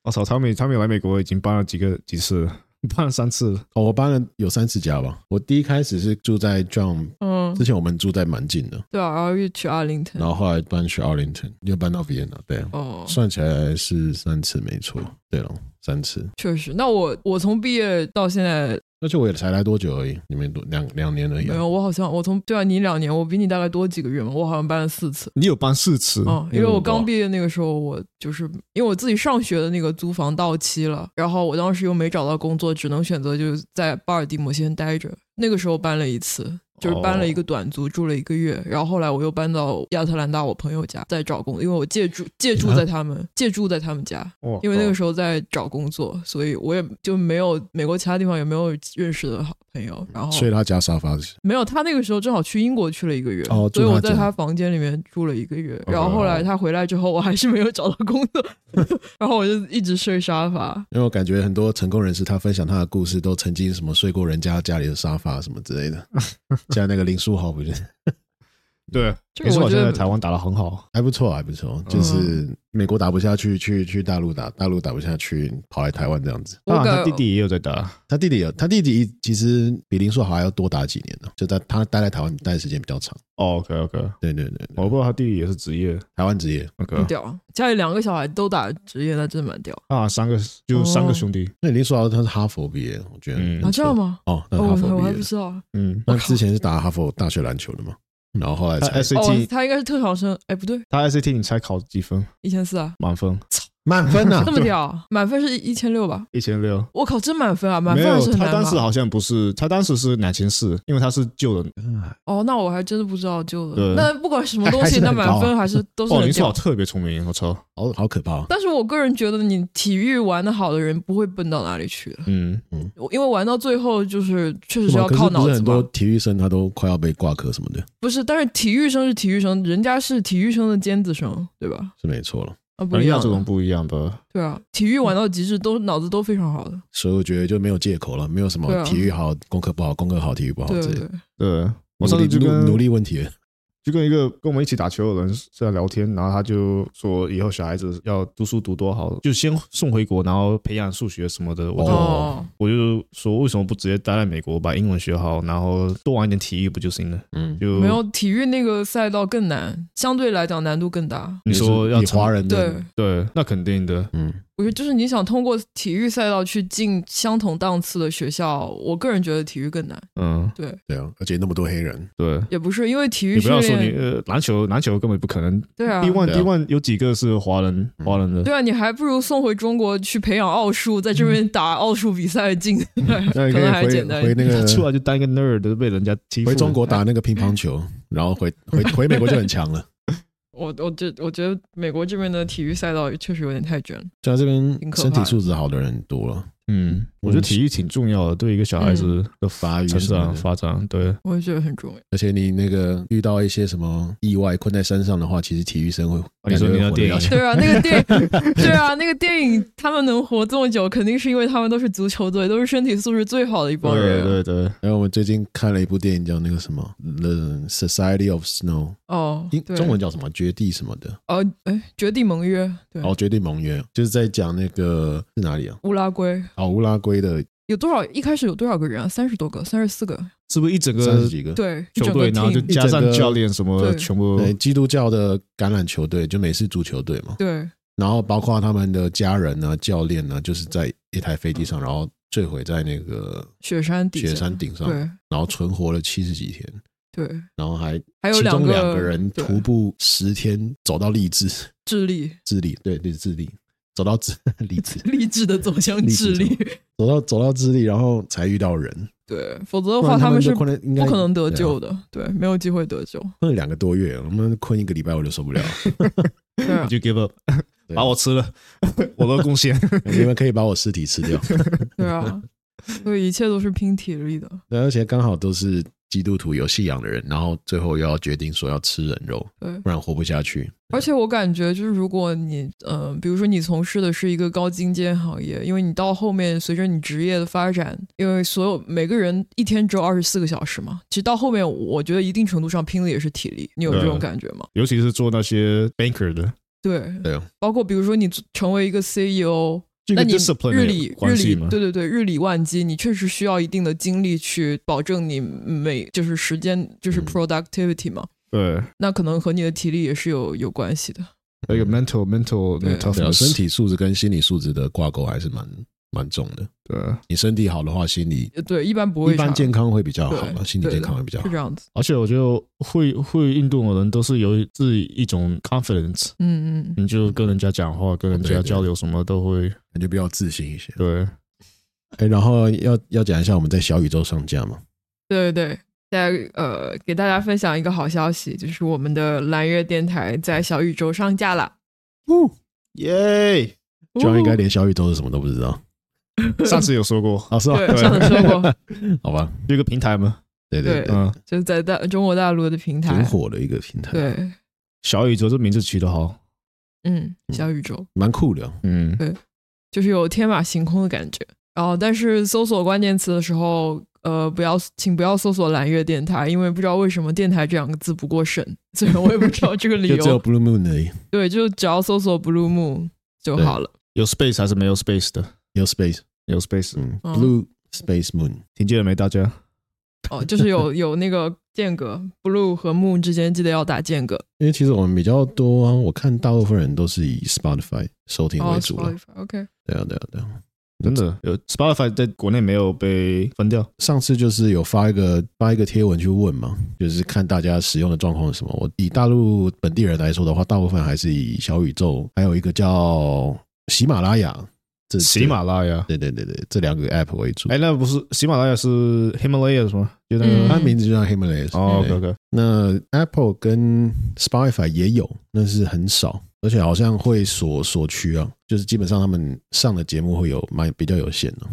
[SPEAKER 3] 我操，他们他们来美国已经搬了几个几次 *laughs* 了，搬了三次了。
[SPEAKER 1] 哦，我搬了有三次家吧。我第一开始是住在 John，
[SPEAKER 2] 嗯
[SPEAKER 1] 之，前我们住在蛮近的，
[SPEAKER 2] 对啊，然后又去阿灵
[SPEAKER 1] 然
[SPEAKER 2] 腾，
[SPEAKER 1] 后后来搬去 Arlington，又搬到 Vienna，对啊，
[SPEAKER 2] 哦，
[SPEAKER 1] 算起来是三次没错，对了，三次。
[SPEAKER 2] 确实。那我我从毕业到现在
[SPEAKER 1] 而且我也才来多久而已，你们多两两年而已
[SPEAKER 2] 没
[SPEAKER 1] 啊、
[SPEAKER 2] 有，我好像我从对啊，你两年，我比你大概多几个月嘛，我好像搬了四次。
[SPEAKER 3] 你有搬四次？
[SPEAKER 2] 嗯，因为我刚
[SPEAKER 3] 毕
[SPEAKER 2] 毕业那个时候，我就是因为我自己上学的那个租房到期了，然后我当时又没找到工作，只能选择就是在巴尔的摩先待着。那个时候搬了一次，就是搬了一个短租，住了一个月，然后后来我又搬到亚特兰大我朋友家再找工作，因为我借住借住在他们借住在他们家，
[SPEAKER 3] 业
[SPEAKER 2] 因为那个
[SPEAKER 3] 时
[SPEAKER 2] 时候在找工作，所以我也就没有美国其他地方也没有认识的好朋友，然后
[SPEAKER 1] 睡他家沙发，
[SPEAKER 2] 没有，他那个时候正好去英国去了一个月，
[SPEAKER 1] 哦
[SPEAKER 2] 所以
[SPEAKER 1] 住他
[SPEAKER 2] 我在
[SPEAKER 1] 家哦
[SPEAKER 2] 他房间里面住了一个月。然后后来他回来之后，我还是没有找到
[SPEAKER 1] *laughs*
[SPEAKER 2] 工作， *laughs* 然后我就一直睡沙发。
[SPEAKER 1] 因为我感觉很多成功人士他分享他的故事，都曾经什么睡过人家家里的沙发什么之类的。像那个林书豪不是
[SPEAKER 3] 对，
[SPEAKER 2] 这
[SPEAKER 3] 你
[SPEAKER 2] 个
[SPEAKER 3] 说
[SPEAKER 2] 我
[SPEAKER 3] 我
[SPEAKER 2] 觉
[SPEAKER 3] 现在
[SPEAKER 2] 得
[SPEAKER 3] 台湾打得很好，
[SPEAKER 1] 还不错，还不错，
[SPEAKER 2] 嗯
[SPEAKER 1] 就是美国打不下去，去去大陆打，大陆打不下去，跑来台湾这样子。
[SPEAKER 2] 我
[SPEAKER 3] 当然
[SPEAKER 2] 感
[SPEAKER 3] 啊他弟弟也有在打，
[SPEAKER 1] 他弟弟有，他弟弟其实比林书豪还要多打几年呢，就在他待在台湾待的时间比较长。
[SPEAKER 3] 哦，OK OK，
[SPEAKER 1] 对对对，对
[SPEAKER 3] 我不知道他弟弟也是职业
[SPEAKER 1] 台湾职业，
[SPEAKER 3] ，OK，
[SPEAKER 2] 很屌，家里两个小孩都打职业，那真的蛮屌
[SPEAKER 3] 啊，三个就三
[SPEAKER 2] 哦
[SPEAKER 3] 个兄弟，
[SPEAKER 1] 那林书豪他是哈佛毕业，我觉得
[SPEAKER 3] 嗯
[SPEAKER 1] 很
[SPEAKER 2] 啊！
[SPEAKER 1] 扯
[SPEAKER 2] 这样吗？
[SPEAKER 1] 哦，那
[SPEAKER 2] 哦，
[SPEAKER 1] 哈
[SPEAKER 2] 我
[SPEAKER 1] 佛
[SPEAKER 2] 我
[SPEAKER 1] 毕
[SPEAKER 2] 还
[SPEAKER 1] 业
[SPEAKER 2] 不
[SPEAKER 1] 的，
[SPEAKER 2] 知道。
[SPEAKER 3] 嗯，
[SPEAKER 1] 那之前是打哈佛大学篮球的嘛，然后后来
[SPEAKER 3] 他
[SPEAKER 1] 才
[SPEAKER 3] SAT
[SPEAKER 2] 哦，他应该是特长生，哎，不对，
[SPEAKER 3] 他 SAT 你猜考几分？
[SPEAKER 2] 一千四啊，
[SPEAKER 3] 满分
[SPEAKER 1] 满分 *laughs* 啊
[SPEAKER 2] 这，么屌，满分是一千六吧？
[SPEAKER 3] 一千六。
[SPEAKER 2] 我靠，真满分啊！满
[SPEAKER 3] 没
[SPEAKER 2] 分还
[SPEAKER 3] 有
[SPEAKER 2] 是，很
[SPEAKER 3] 他
[SPEAKER 2] 难
[SPEAKER 3] 当时
[SPEAKER 2] 吧？
[SPEAKER 3] 好像不是，他当时是两千四，因为他是旧的。
[SPEAKER 2] 哦，那我还真的不知道，就
[SPEAKER 3] 对
[SPEAKER 2] 那不管什么东
[SPEAKER 1] 还
[SPEAKER 2] 西，
[SPEAKER 1] 是
[SPEAKER 2] 那
[SPEAKER 1] 很高啊
[SPEAKER 2] 满分
[SPEAKER 1] *laughs*
[SPEAKER 2] 还是都是
[SPEAKER 3] 哦，
[SPEAKER 2] 很
[SPEAKER 3] 林书
[SPEAKER 2] 屌
[SPEAKER 3] 豪。特别聪明，我操，
[SPEAKER 1] 好好可怕哦。
[SPEAKER 2] 但是我个人觉得，你体育玩的好的人不会笨到哪里去的，
[SPEAKER 3] 嗯，
[SPEAKER 2] 我因为玩到最后就是确实
[SPEAKER 1] 是
[SPEAKER 2] 是
[SPEAKER 1] 吗
[SPEAKER 2] 要
[SPEAKER 1] 可
[SPEAKER 2] 靠
[SPEAKER 1] 是
[SPEAKER 2] 脑
[SPEAKER 1] 不是
[SPEAKER 2] 子
[SPEAKER 1] 很多
[SPEAKER 2] 嘛。
[SPEAKER 1] 体育生他都快要被挂科什么的，
[SPEAKER 2] 不是，但是体育生是体育生，人家是体育生的尖子生，对吧？
[SPEAKER 1] 是没错了。
[SPEAKER 2] 啊，不
[SPEAKER 3] 人
[SPEAKER 2] 一
[SPEAKER 3] 家
[SPEAKER 2] 样
[SPEAKER 3] 这种
[SPEAKER 2] 的。
[SPEAKER 3] 不一样的。
[SPEAKER 2] 对啊，体育玩到极致都脑子都非常好的，
[SPEAKER 1] 所以我觉得就没有借口了，没有什
[SPEAKER 2] 对
[SPEAKER 1] 么
[SPEAKER 2] 啊
[SPEAKER 1] 体育好，功课不好，功课好，体育不好
[SPEAKER 2] 对
[SPEAKER 1] 之类
[SPEAKER 2] 对
[SPEAKER 1] 的。
[SPEAKER 2] 对。
[SPEAKER 3] 对，我
[SPEAKER 1] 努
[SPEAKER 3] 上
[SPEAKER 1] 力
[SPEAKER 3] 次就
[SPEAKER 1] 努
[SPEAKER 3] 跟
[SPEAKER 1] 努力问题了，
[SPEAKER 3] 就跟一个跟我们一起打球的人在聊天，然后他就说以后小孩子要读书读多好，就先送回国，然后培养数学什么的。我就、
[SPEAKER 2] 哦，
[SPEAKER 3] 我就说为什么不直接待在美国，把英文学好，然后多玩一点体育不就行了？
[SPEAKER 1] 嗯，
[SPEAKER 3] 就
[SPEAKER 2] 没有体育那个赛道更难，相对来讲难度更大。
[SPEAKER 3] 你说要
[SPEAKER 1] 以华人的，
[SPEAKER 2] 对，
[SPEAKER 3] 对，那肯定的。
[SPEAKER 1] 嗯，
[SPEAKER 2] 我觉得就是你想通过体育赛道去进相同档次的学校，我个人觉得体育更难。
[SPEAKER 3] 嗯，
[SPEAKER 2] 对，
[SPEAKER 1] 对啊，而且那么多黑人，
[SPEAKER 3] 对。
[SPEAKER 2] 也不是因为体
[SPEAKER 3] 你
[SPEAKER 2] 育
[SPEAKER 3] 不
[SPEAKER 2] 训
[SPEAKER 3] 要说你
[SPEAKER 2] 练，
[SPEAKER 3] 呃篮球，篮球根本不可能。
[SPEAKER 2] 对啊，
[SPEAKER 3] D one
[SPEAKER 1] 对啊嗯
[SPEAKER 3] D one 有几个是华人华人的？
[SPEAKER 2] 对啊，你还不如送回中国去培养奥数，在这边打奥数比赛进，
[SPEAKER 1] *laughs* 那你
[SPEAKER 2] 可
[SPEAKER 1] 可
[SPEAKER 2] 能还简
[SPEAKER 1] 以
[SPEAKER 2] 单
[SPEAKER 1] 回回那
[SPEAKER 3] *laughs*
[SPEAKER 1] 个
[SPEAKER 3] 出来就当一个 nerd 被人家欺负。
[SPEAKER 1] 回中国打那个乒乓球，然后回回回美国就很强
[SPEAKER 3] *laughs*
[SPEAKER 1] 了。
[SPEAKER 2] 我我觉我觉得美国这边的体育赛道确实有点太卷了。
[SPEAKER 1] 像这边
[SPEAKER 2] 挺可怕
[SPEAKER 1] 身
[SPEAKER 2] 的
[SPEAKER 1] 体素质好的人多了，
[SPEAKER 3] 嗯，我觉得体育挺重要的，对一个小孩子的
[SPEAKER 2] 嗯
[SPEAKER 3] 啊
[SPEAKER 1] 发育
[SPEAKER 3] 成
[SPEAKER 1] 什么
[SPEAKER 3] 长
[SPEAKER 1] 的
[SPEAKER 3] 发展，对，
[SPEAKER 2] 我也觉得很重要。
[SPEAKER 1] 而且你那个遇到一些什么意外困在山上的话，其实体育生会
[SPEAKER 3] 哦你说
[SPEAKER 1] 感觉
[SPEAKER 3] 你
[SPEAKER 1] 会
[SPEAKER 3] 要
[SPEAKER 1] 活得比较
[SPEAKER 3] 电影
[SPEAKER 1] 强
[SPEAKER 2] 对啊，那个电影，对啊，那个电影，他们能活这么久，肯定是因为他们都是足球队，都是身体素质最好的一帮人。啊
[SPEAKER 3] 对对对，
[SPEAKER 1] 然后哎我们最近看了一部电影叫那个什么《The Society of Snow》，
[SPEAKER 2] 哦，
[SPEAKER 1] 英
[SPEAKER 2] 对
[SPEAKER 1] 中文叫什么《绝地》什么的，
[SPEAKER 2] 哦，哎，绝地盟约，对，
[SPEAKER 1] 哦，《绝地盟约》就是在讲那个是哪里啊？
[SPEAKER 2] 乌拉圭
[SPEAKER 1] 哦，乌拉圭的
[SPEAKER 2] 有多少？一开始有多少个人啊？三十多个，三十四个，
[SPEAKER 3] 是不是一整
[SPEAKER 1] 三十
[SPEAKER 3] 个
[SPEAKER 1] 几个。
[SPEAKER 2] 对，一
[SPEAKER 3] 球
[SPEAKER 2] 整个
[SPEAKER 3] 队，然后就
[SPEAKER 2] team，
[SPEAKER 3] 加
[SPEAKER 1] 一
[SPEAKER 3] 上
[SPEAKER 1] 整个
[SPEAKER 3] 教练什么，
[SPEAKER 2] 对
[SPEAKER 3] 全部
[SPEAKER 1] 对基督教的橄榄球队，就美式足球队嘛，
[SPEAKER 2] 对，
[SPEAKER 1] 然后包括他们的家人呢、教练呢，就是在一台飞机上，然后坠毁在那个
[SPEAKER 2] 雪山底下，
[SPEAKER 1] 雪山顶上，
[SPEAKER 2] 对，
[SPEAKER 1] 然后存活了七十几天，
[SPEAKER 2] 对，
[SPEAKER 1] 然后还
[SPEAKER 2] 还有
[SPEAKER 1] 其
[SPEAKER 2] 两
[SPEAKER 1] 中
[SPEAKER 2] 个
[SPEAKER 1] 两个人
[SPEAKER 2] 对
[SPEAKER 1] 徒步十天走到励志，
[SPEAKER 2] 智利，
[SPEAKER 1] 智利，对对，智利，走到智 *laughs* 励志，
[SPEAKER 2] *laughs* 励志的走向
[SPEAKER 1] 励
[SPEAKER 2] 智
[SPEAKER 1] 志
[SPEAKER 2] 利，
[SPEAKER 1] 走到走到智利，然后才遇到人，
[SPEAKER 2] 对，否则的
[SPEAKER 1] 不
[SPEAKER 2] 话
[SPEAKER 1] 然他
[SPEAKER 2] 们是
[SPEAKER 1] 就困了，应该
[SPEAKER 2] 不可能得
[SPEAKER 1] 对啊
[SPEAKER 2] 救的，对，没有机会得
[SPEAKER 1] *laughs*
[SPEAKER 2] 救。
[SPEAKER 1] 困了两个多月，我们困一个礼拜我就受不了。
[SPEAKER 2] *laughs* 对啊
[SPEAKER 3] 你，就 give up，
[SPEAKER 1] 对
[SPEAKER 3] 把我吃了， *laughs* 我的贡
[SPEAKER 1] *laughs*
[SPEAKER 3] 献。
[SPEAKER 1] 你们可以把我尸体吃掉， *laughs*
[SPEAKER 2] 对啊，所以一切都是拼体力的。
[SPEAKER 1] 对而且刚好都是基督徒有信仰的人，然后最后又要决定说要吃人肉，
[SPEAKER 2] 对，
[SPEAKER 1] 不然活不下去。
[SPEAKER 2] 而且我感觉就是，如果你呃，比如说你从事的是一个高精尖行业，因为你到后面随着你职业的发展，因为所有每个人一天只有二十四个小时嘛，其实到后面我觉得一定程度上拼的也是体力，你有这种
[SPEAKER 3] 嗯
[SPEAKER 2] 感觉吗？
[SPEAKER 3] 尤其是做那些 banker 的，
[SPEAKER 2] 对，
[SPEAKER 1] 对啊，
[SPEAKER 2] 包括比如说你成为一个 E CEO，
[SPEAKER 3] 这
[SPEAKER 2] 那
[SPEAKER 3] 个
[SPEAKER 2] 你
[SPEAKER 3] discipline
[SPEAKER 2] 日
[SPEAKER 3] 的
[SPEAKER 2] 理日
[SPEAKER 3] 关系
[SPEAKER 2] 理
[SPEAKER 3] 嘛，
[SPEAKER 2] 对对对，日理万机，你确实需要一定的精力去保证你每就是时间就是
[SPEAKER 1] 嗯
[SPEAKER 2] productivity 嘛，
[SPEAKER 3] 对，
[SPEAKER 2] 那可能和你的体力也是有有关系的。
[SPEAKER 3] 那个 mental mental 那
[SPEAKER 1] 对
[SPEAKER 3] 个
[SPEAKER 2] 啊对
[SPEAKER 1] 啊
[SPEAKER 3] toughness，
[SPEAKER 1] 身体素质跟心理素质的挂钩还是蛮蛮重的。
[SPEAKER 3] 对，啊
[SPEAKER 1] 你身体好的话，心理
[SPEAKER 2] 呃对，一般不
[SPEAKER 1] 一
[SPEAKER 2] 会
[SPEAKER 1] 般
[SPEAKER 2] 差
[SPEAKER 1] 健康会比较好
[SPEAKER 2] 对
[SPEAKER 1] 嘛，心理
[SPEAKER 2] 对
[SPEAKER 1] 健
[SPEAKER 2] 的
[SPEAKER 1] 康会比较好
[SPEAKER 2] 是这。样子。
[SPEAKER 3] 而且我觉得会会运动的人都是有自己一种 confidence，
[SPEAKER 2] 嗯嗯，
[SPEAKER 3] 你就跟人家讲话、跟人
[SPEAKER 1] 对
[SPEAKER 3] 家
[SPEAKER 1] 对
[SPEAKER 3] 交流什么都会，
[SPEAKER 1] 感觉比较自信一些。
[SPEAKER 3] 对，
[SPEAKER 1] 哎，然后要要讲一下我们在小宇宙上架嘛，
[SPEAKER 2] 对对对。在呃，给大家分享一个好消息，就是我们的蓝月电台在小宇宙上架了。
[SPEAKER 3] 耶！
[SPEAKER 2] 哦
[SPEAKER 1] 居然应该连小宇宙是什么都不知道。
[SPEAKER 3] 上次有说过，
[SPEAKER 1] 啊，是吧？
[SPEAKER 2] 对上次
[SPEAKER 1] *laughs*
[SPEAKER 2] 说过，
[SPEAKER 1] 好吧，
[SPEAKER 3] 有一个平台嘛，
[SPEAKER 1] 对对
[SPEAKER 2] 对
[SPEAKER 1] 对，
[SPEAKER 3] 嗯，
[SPEAKER 2] 就是在大中国大陆的平台
[SPEAKER 1] 挺。火的一个平台，，
[SPEAKER 2] 对，
[SPEAKER 3] 小宇宙这名字取得好，
[SPEAKER 2] 嗯，小宇宙。
[SPEAKER 1] 蛮酷的。
[SPEAKER 3] 嗯
[SPEAKER 2] 对就是有天马行空的感觉。然后，但是搜索关键词的时候，呃，不要，请不要搜索蓝月电台，因为不知道为什么“电台”这两个字不过审，所以我也不知道这个
[SPEAKER 1] *laughs*
[SPEAKER 2] 理
[SPEAKER 1] 就只有
[SPEAKER 2] 由。
[SPEAKER 1] Blue Moon 而已，
[SPEAKER 2] 对，就只要搜索 Blue Moon 就好了。
[SPEAKER 3] 有 space 还是没有 space 的？
[SPEAKER 1] 有 Space，
[SPEAKER 3] 有 space，
[SPEAKER 1] 嗯
[SPEAKER 2] 嗯
[SPEAKER 1] ，Blue Space Moon，
[SPEAKER 3] 听见了没，大家？
[SPEAKER 2] 哦，就是有有那个间隔，Blue 和 Moon 之间记得要打间隔。
[SPEAKER 1] 因为其实我们比较多啊，我看大部分人都是以 Spotify 收听
[SPEAKER 2] 哦
[SPEAKER 1] 为主了。
[SPEAKER 2] ，Spotify，OK，
[SPEAKER 1] 对啊，对啊，对啊。
[SPEAKER 3] 真的有 Spotify 在国内没有被分掉，
[SPEAKER 1] 上次就是有发一个发一个贴文去问嘛，就是看大家使用的状况是什么。我以大陆本地人来说的话，大部分还是以小宇宙，还有一个叫喜马拉雅，这
[SPEAKER 3] 喜，马拉雅。
[SPEAKER 1] 这对对对对，这两个 App 为主。
[SPEAKER 3] 哎，那不是喜马拉雅是 Himalaya 是吗？就那
[SPEAKER 2] 嗯
[SPEAKER 3] 个
[SPEAKER 1] 它名字就叫 Himalaya。
[SPEAKER 3] 哦
[SPEAKER 1] 对
[SPEAKER 3] ，OK OK，
[SPEAKER 1] 那 Apple 跟 Spotify 也有，但是很少，而且好像会锁锁区啊，就是基本上他们上的节目会有蛮比较有限的、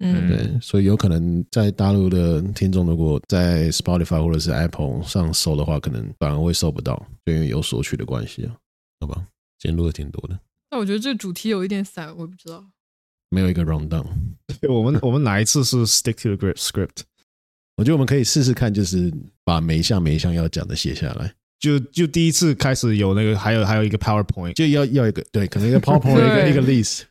[SPEAKER 2] 嗯，
[SPEAKER 1] 对，所以有可能在大陆的听众如果在 Spotify 或者是 Apple 上搜的话，可能反而会搜不到，就因为有锁区的关系啊，好吧，今天录的挺多的，
[SPEAKER 2] 但我觉得这主题有一点散，我也不知
[SPEAKER 1] *laughs*
[SPEAKER 2] 道。
[SPEAKER 1] 没有一个 round down，
[SPEAKER 3] 我们我们哪一次是 stick to the grip script？
[SPEAKER 1] 我觉得我们可以试试看，就是把每一项每一项要讲的写下来，
[SPEAKER 3] 就就第一次开始有那个，还有还有一个 PowerPoint，
[SPEAKER 1] 就要要一个对，可能一
[SPEAKER 3] *laughs*
[SPEAKER 1] 个 PowerPoint
[SPEAKER 2] 对
[SPEAKER 1] 一个一个 list，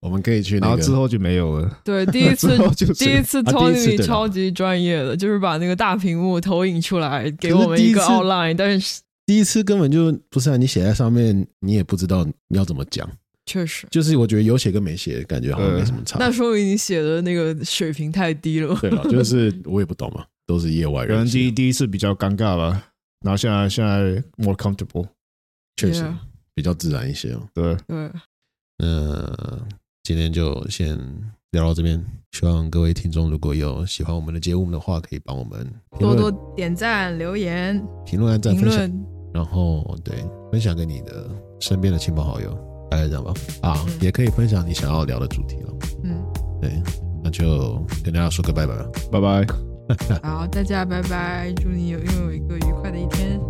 [SPEAKER 1] 我们可以去
[SPEAKER 3] 然
[SPEAKER 1] 那
[SPEAKER 3] 后
[SPEAKER 1] 个
[SPEAKER 3] 之后就没有了。
[SPEAKER 2] 对，第一
[SPEAKER 1] *laughs*
[SPEAKER 3] 之
[SPEAKER 2] 次
[SPEAKER 3] 后就是
[SPEAKER 2] 第
[SPEAKER 3] *laughs*
[SPEAKER 2] 一次
[SPEAKER 1] 啊第一次
[SPEAKER 2] Tony
[SPEAKER 1] 对了
[SPEAKER 2] 超级专业的，就是把那个大屏幕投影出来，
[SPEAKER 1] 可
[SPEAKER 2] 给
[SPEAKER 1] 是
[SPEAKER 2] 我们
[SPEAKER 1] 第
[SPEAKER 2] 一个
[SPEAKER 1] 一次
[SPEAKER 2] outline，但是
[SPEAKER 1] 第一次根本就不是啊，你写在上面，你也不知道你要怎么讲。
[SPEAKER 2] 确实。
[SPEAKER 1] 就是我觉得有写跟没写，感觉好像没什么差。
[SPEAKER 2] 那说明你写的那个水平太低了。
[SPEAKER 1] 对了， *laughs* 就是我也不懂嘛，都是业外
[SPEAKER 3] 可能
[SPEAKER 1] 人写。
[SPEAKER 3] 第一第一次比较尴尬吧，然后现在现在 more comfortable，
[SPEAKER 1] 确实
[SPEAKER 2] Yeah
[SPEAKER 1] 比较自然一些哦。
[SPEAKER 3] 对，
[SPEAKER 2] 对，
[SPEAKER 1] 那今天就先聊到这边，希望各位听众如果有喜欢我们的节目的话，可以帮我们评
[SPEAKER 2] 多
[SPEAKER 1] 论、
[SPEAKER 2] 多点赞、留言、
[SPEAKER 1] 评论、按赞、
[SPEAKER 2] 评
[SPEAKER 1] 分享，
[SPEAKER 2] 论，
[SPEAKER 1] 然后对分享给你的身边的亲朋好友，大概这样吧。啊，
[SPEAKER 2] 嗯
[SPEAKER 1] 也可以分享你想要聊的主题了。
[SPEAKER 2] 嗯，
[SPEAKER 1] 对，那就跟大家说个拜拜了。
[SPEAKER 3] 拜拜。
[SPEAKER 2] 好，大家拜拜，祝你有拥有一个愉快的一天。